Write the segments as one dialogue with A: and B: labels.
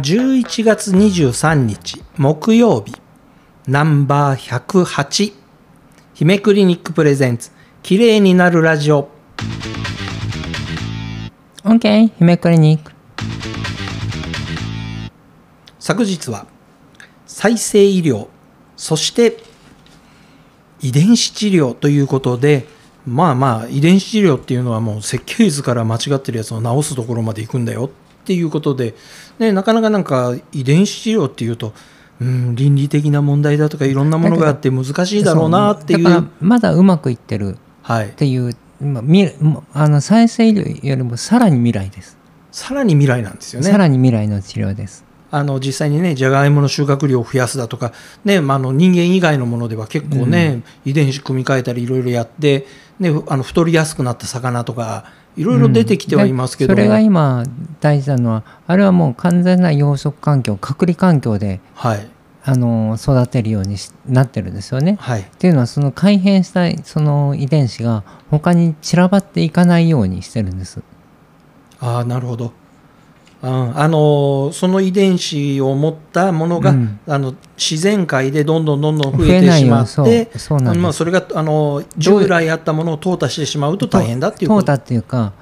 A: 11月23日木曜日ナンバー108姫クリニックプレゼンツ綺麗になるラジオ
B: OK 姫クリニック
A: 昨日は再生医療そして遺伝子治療ということでまあまあ遺伝子治療っていうのはもう設計図から間違ってるやつを治すところまで行くんだよっていうことで、ね、なかなかなんか遺伝子治療っていうと、うん、倫理的な問題だとかいろんなものがあって難しいだろうなっていう
B: だからまだうまくいってる
A: はい
B: っ、ていうまあみあの再生医療よりもさらに未来です、
A: さらに未来なんですよね。
B: さらに未来の治療です
A: あの実際にねじゃがいもの収穫量を増やすだとか、ねまあ、あの人間以外のものでは結構ね、遺伝子組み換えたりいろいろやって、ね、あの太りやすくなった魚とかいろいろ出てきてはいますけど、
B: うんでそれが今大事なのはあれはもう完全な養殖環境隔離環境で
A: はい
B: あの育てるようにしなってるんですよね。
A: はい
B: っていうのはその改変したその遺伝子が他に散らばっていかないようにしてるんです。
A: ああなるほど、うん、あのその遺伝子を持ったものが、
B: うん
A: あの自然界でどんどんどんどん増
B: 増
A: え
B: え
A: て
B: ない
A: し
B: よ
A: ま
B: う
A: っ
B: そ
A: て
B: うそうなん
A: まあ、
B: です。
A: それがあの従来あったものを淘汰してしまうと大変だっていう
B: 淘
A: こと
B: 汰っていうか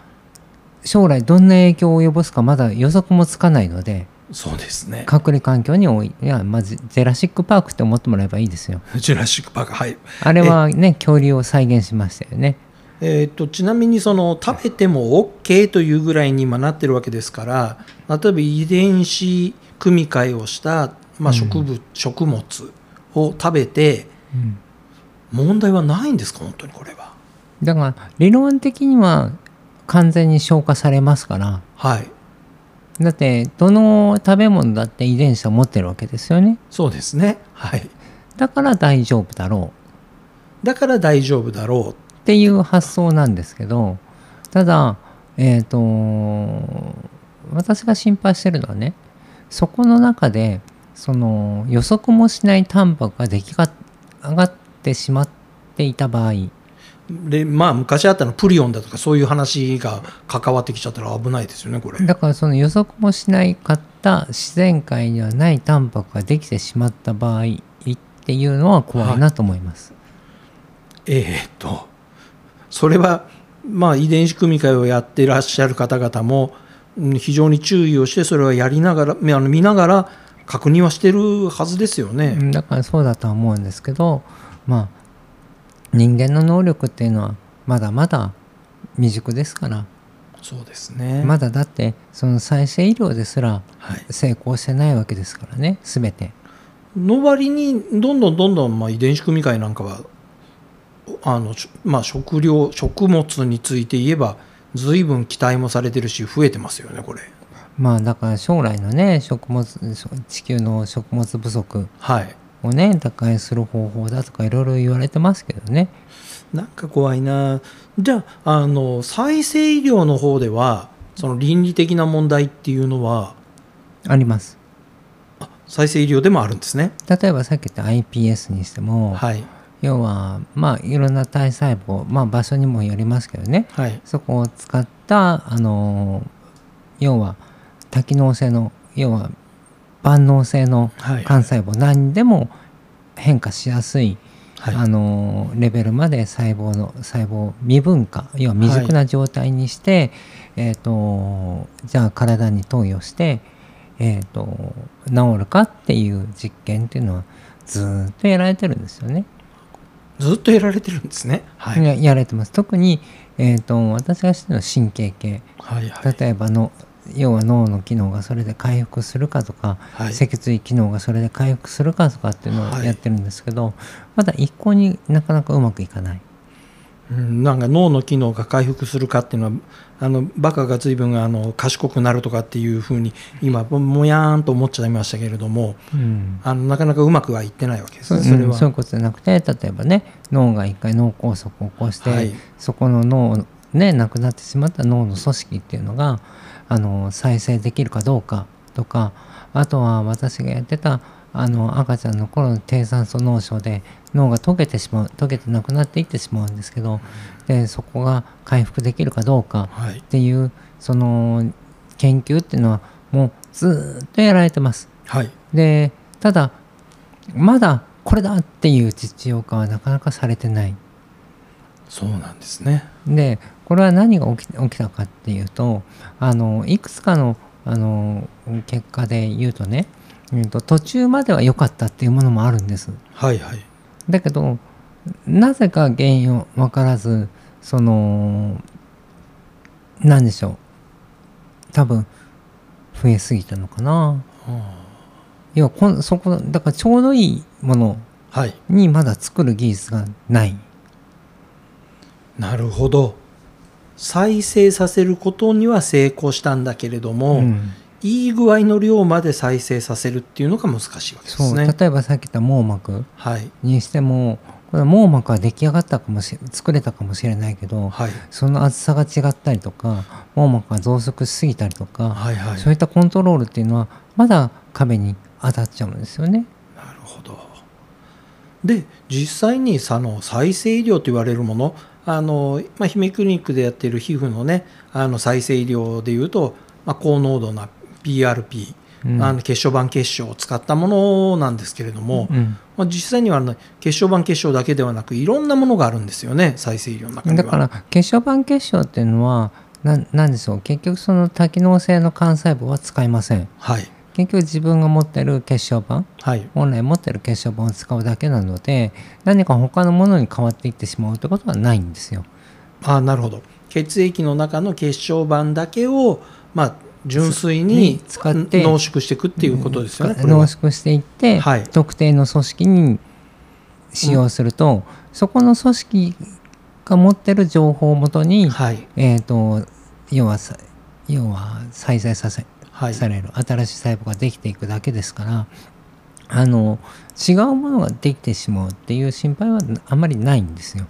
B: 将来どんな影響を及ぼすかまだ予測もつかないので
A: そうですね
B: 隔離環境に多いいやまずゼラシック・パークって思ってもらえばいいですよ。
A: ジュラシック・パークはい
B: あれはね恐竜を再現しましたよね。
A: えー、とちなみにその食べても OK というぐらいに今なってるわけですから例えば遺伝子組み換えをした、まあ植物食物を食べて
B: うん
A: 問題はないんですか本当にこれは。
B: だから理論的には完全に消化されますから
A: はい
B: だってどの食べ物だって遺伝子は持ってるわけですよね
A: そうですね、はい、
B: だから大丈夫だろ
A: だから大丈夫だろ
B: うっていう発想なんですけどただえっ、と私が心配してるのはねそこの中でその予測もしないタンパクが出来が上がってしまっていた場合
A: うでまあ昔あったのプリオンだとかそういう話が関わってきちゃったら危ないですよねこれ。
B: だからその予測もしないかった自然界にはないタンパクができてしまった場合っていうのは怖いなと思います。
A: えーっとそれは、まあ、遺伝子組み換えをやっていらっしゃる方々もうん非常に注意をしてそれはやりながらみあの見ながら確認はしてるはずですよね。
B: うんだからそうだとは思うんですけどまあ人間の能力っていうのはまだまだ未熟ですから
A: そうですね、
B: まだだってその再生医療ですら
A: はい、
B: 成功してないわけですからね全て。
A: の割にどんどんどんどん、まあ、遺伝子組み換えなんかはあの、しまあ、食料食物について言えば随分期待もされてるし増えてますよねこれ。
B: まあだから将来のね食物地球の食物不足
A: はい
B: をね打開する方法だとかいろいろ言われてますけどね
A: なんか怖いなじゃああの再生医療の方ではその倫理的な問題っていうのは
B: あります
A: 再生医療でもあるんですね
B: 例えばさっき言った iPS にしても、
A: はい
B: 要はまあいろんな体細胞まあ場所にもよりますけどね
A: はい
B: そこを使ったあの要は多機能性の要は万能性の
A: はい
B: 幹細胞何にでも変化しやすい、
A: は
B: あ
A: い
B: のレベルまで細胞の細胞未分化要は未熟な状態にして、えー、とじゃあ体に投与して、えー、と治るかっていう実験っていうのはずーっとやられてるんですよね。
A: ずっとやられてるんですねはい
B: ややられてます特に、えー、と私が知ってるのは神経系
A: はいはい
B: 例えばの要は脳の機能がそれで回復するかとか、
A: はい
B: 脊椎機能がそれで回復するかとかっていうのをやってるんですけど、まだ一向になかなかうまくいかない。
A: うんなんか脳の機能が回復するかっていうのはあのバカが随分あの賢くなるとかっていうふうに今ももやーんと思っちゃいましたけれども
B: うん
A: あのなかなかうまくはいってないわけです
B: そ
A: ねそれ
B: うん
A: は
B: そういうことじゃなくて例えばね脳が一回脳梗塞を起こして、
A: はい
B: そこの脳ねなくなってしまった脳の組織っていうのがあの再生できるかどうかとかあとは私がやってたあの赤ちゃんの頃の低酸素脳症で脳が溶けてしまう溶けてなくなっていってしまうんですけどでそこが回復できるかどうか
A: はい
B: っていうその研究っていうのはもうずーっとやられてます。
A: はい
B: でただまだこれだっていう実用化はなかなかされてない。
A: そうなんですね
B: でこれは何が起き起きたかっていうとあのいくつかのあの結果で言うとね、うん、と途中までは良かったっていうものもあるんです。
A: はいはい
B: だけどなぜか原因を分からずその何でしょう多分増えすぎたのかな
A: あ
B: 要はこんそこだからちょうどいいもの
A: ーはい
B: にまだ作る技術がない
A: なるほど再生させることには成功したんだけれども、
B: うん
A: いい具合の量まで再生させるっていうのが難しいわけで
B: そ
A: す
B: う
A: ね
B: 例えばさっき言った網膜
A: はい
B: にしてもこれ網膜は出来上がったかもし作れたかもしれないけど
A: はい
B: その厚さが違ったりとか網膜が増殖しすぎたりとか、
A: はいはい
B: そういったコントロールっていうのはまだ壁に当たっちゃうんですよね。
A: なるほど。で実際にその再生医療と言われるものあの、まあ、姫クリニックでやってる皮膚のねあの再生医療でいうと、まあ、高濃度な PRP、
B: うん
A: あの血小板血症を使ったものなんですけれども、
B: うん
A: まあ、実際にはあの血小板血症だけではなくいろんなものがあるんですよね再生医療の中には。
B: だから血小板血症っていうのはななんでしょう結局その多機能性の幹細胞は使いません
A: はい
B: 結局自分が持ってる血小板
A: はい
B: 本来持ってる血小板を使うだけなので何か他のものに変わっていってしまうってことはないんですよ。
A: あなるほど血液の中の血小板だけを、まあ、純粋に
B: に使って
A: 濃縮していくっていうことですよね。これは
B: 濃縮していって、
A: はい
B: 特定の組織に使用すると、そこの組織が持ってる情報をもとに、
A: はい
B: えー、と要はさ要は再生させ、
A: はい
B: される新しい細胞ができていくだけですからあの違うものができてしまうっていう心配はあまりないんですよ。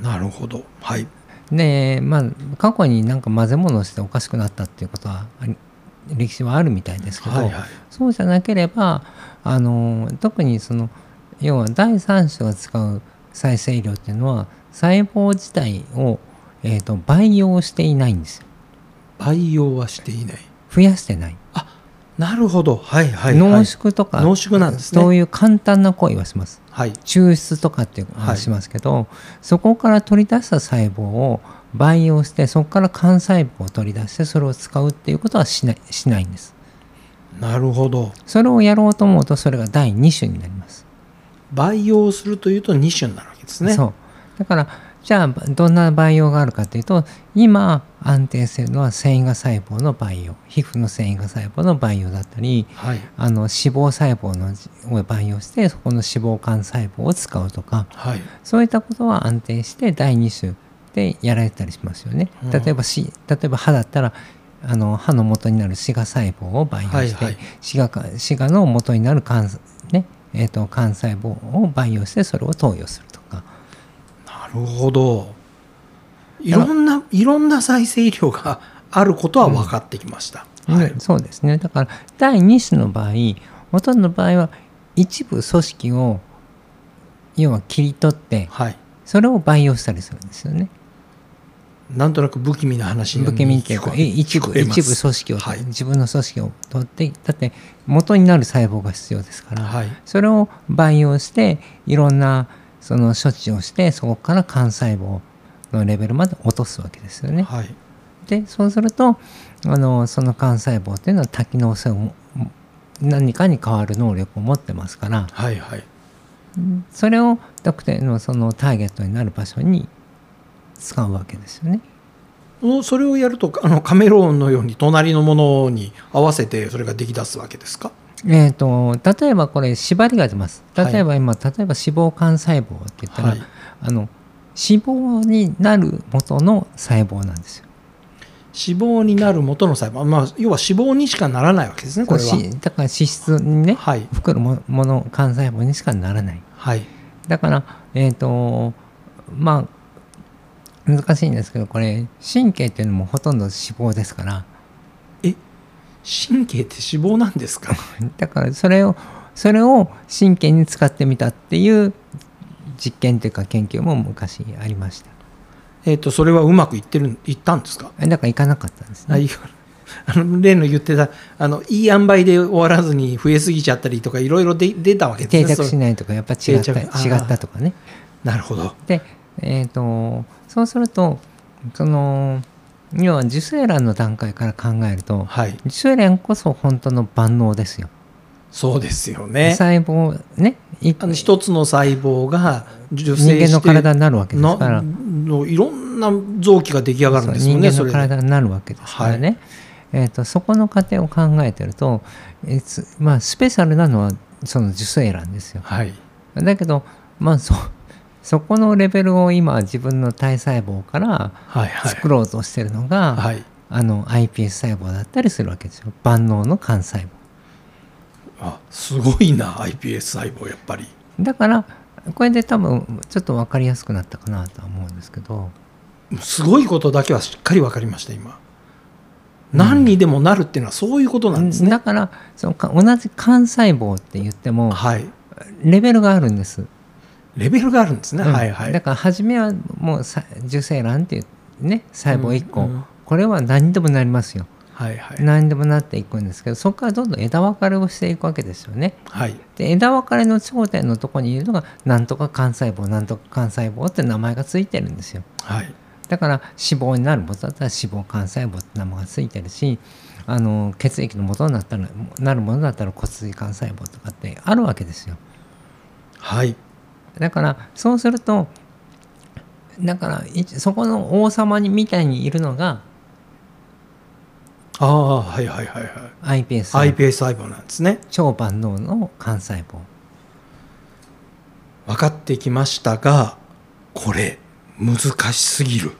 A: なるほどはい
B: でまあ過去になんか混ぜ物をしておかしくなったっていうことはあり歴史はあるみたいですけど、
A: はいはい
B: そうじゃなければあの特にその要は第三種が使う再生医療っていうのは細胞自体を、えー、と培養していないんですよ
A: 培養はしていない
B: 増やしてない、
A: なるほどはいはいはい
B: 濃縮とか、
A: 濃縮なんですね
B: そういう簡単な行為はします
A: はい
B: 抽出とかっていうの
A: は
B: はいしますけど、そこから取り出した細胞を培養してそこから幹細胞を取り出してそれを使うっていうことはしないしないんです
A: なるほど
B: それをやろうと思うとそれが第2種になります
A: 培養するというと2種になるわけですね
B: そうだからじゃあどんな培養があるかというと今安定してるのは繊維が細胞の培養皮膚の繊維が細胞の培養だったり
A: はい
B: あの脂肪細胞のを培養してそこの脂肪幹細胞を使うとか
A: はい
B: そういったことは安定して第2種でやられたりしますよね。
A: うん
B: 例えばし例えば歯だったらあの歯の元になる歯が細胞を培養して、
A: はいはい
B: 歯がか歯がの元になる幹,、ねえー、と幹細胞を培養してそれを投与するとか。
A: なるほどいろんないろんな再生医療があることは分かってきました、はい
B: うんそうですねだから第2種の場合ほとんどの場合は一部組織を要は切り取って
A: はい
B: それを培養したりするんですよね。
A: なんとなく不気味な話に
B: 不気味っていう
A: 聞
B: か
A: こえ
B: い一部
A: 聞こえ
B: 一
A: ま
B: 部
A: す
B: 組織を、
A: はい
B: 自分の組織を取ってだって元になる細胞が必要ですから、
A: はい
B: それを培養していろんなその処置をしてそこから幹細胞のレベルまで落とすわけですよね。
A: はい
B: でそうするとあのその幹細胞っていうのは多機能性をも何かに変わる能力を持ってますから
A: はいはい
B: それを特定のそのターゲットになる場所に使うわけですよね。
A: おそれをやるとあのカメロンのように隣のものに合わせてそれが出来出すわけですか
B: えー、と例えばこれ縛りが出ます
A: はい
B: 例えば今、例えば脂肪幹細胞って言ったら、
A: はい
B: あの脂肪になる元の細胞なんですよ。
A: 脂肪になる元の細胞、まあ、要は脂肪にしかならないわけですねこれは
B: しだから脂質にね
A: はい
B: 含むもの幹細胞にしかならない。
A: はい
B: だから、えーとまあ、難しいんですけどこれ神経っていうのもほとんど脂肪ですから
A: え神経って脂肪なんですか
B: だからそれをそれを真剣に使ってみたっていう実験というか研究も昔ありました
A: えっ、とそれはうまくいってるいったんですか、
B: えだから行かなかったんです
A: あい
B: ね
A: いから あの例の言ってたあのいい塩梅で終わらずに増えすぎちゃったりとかいろいろで出たわけ
B: 定
A: ですね
B: 着
A: そ
B: し
A: れ
B: ないとかやっぱ違った
A: 定着
B: 違
A: あー
B: ったとかね
A: なるほど
B: で、えー、とそうするとその要は受精卵の段階から考えると
A: はい
B: 受精卵こそ本当の万能ですよ。
A: そうですよね
B: 細胞ねい
A: あの一つの細胞が受精して
B: 人間の体になるわけですから
A: なのいろんな臓器が出来上がるんです
B: そう
A: よ
B: 人
A: ね
B: 間の
A: それで
B: 体になるわけですからね、えー、とそこの過程を考えてると、えーつまあ、スペシャルなのはその受精卵ですよ。
A: はい
B: だけどまあそそこのレベルを今自分の体細胞から
A: はいはい
B: 作ろうとしてるのが、
A: はい
B: あの iPS 細胞だったりするわけですよ万能の幹細胞
A: あすごいな iPS 細胞やっぱり
B: だからこれで多分ちょっと分かりやすくなったかなとは思うんですけど
A: すごいことだけはしっかり分かりました今何にでもなるっていうのはそういうことなんですね、
B: だからそのか同じ幹細胞って言っても
A: はい
B: レベルがあるんです、
A: レベルがあるんですね、
B: うん
A: はいはい
B: だから初めはもうさ受精卵っていうね細胞1個、
A: うんうん
B: これは何にでもなりますよ
A: はいはい
B: 何にでもなっていくんですけどそこからどんどん枝分かれをしていくわけですよね
A: はい
B: で枝分かれの頂点のとこにいるのがなんとか幹細胞なんとか幹細胞って名前がついてるんですよ
A: はい
B: だから脂肪になる元だったら脂肪幹細胞って名前がついてるしあの血液の元になったらなるものだったら骨髄幹細胞とかってあるわけですよ
A: はい
B: だからそうするとだからいそこの王様にみたいにいるのが
A: ああはいはいはい
B: iPS
A: は
B: 細
A: い
B: 胞
A: iPS 細胞なんですね
B: 超万能の幹細胞
A: 分かってきましたがこれ難しすぎる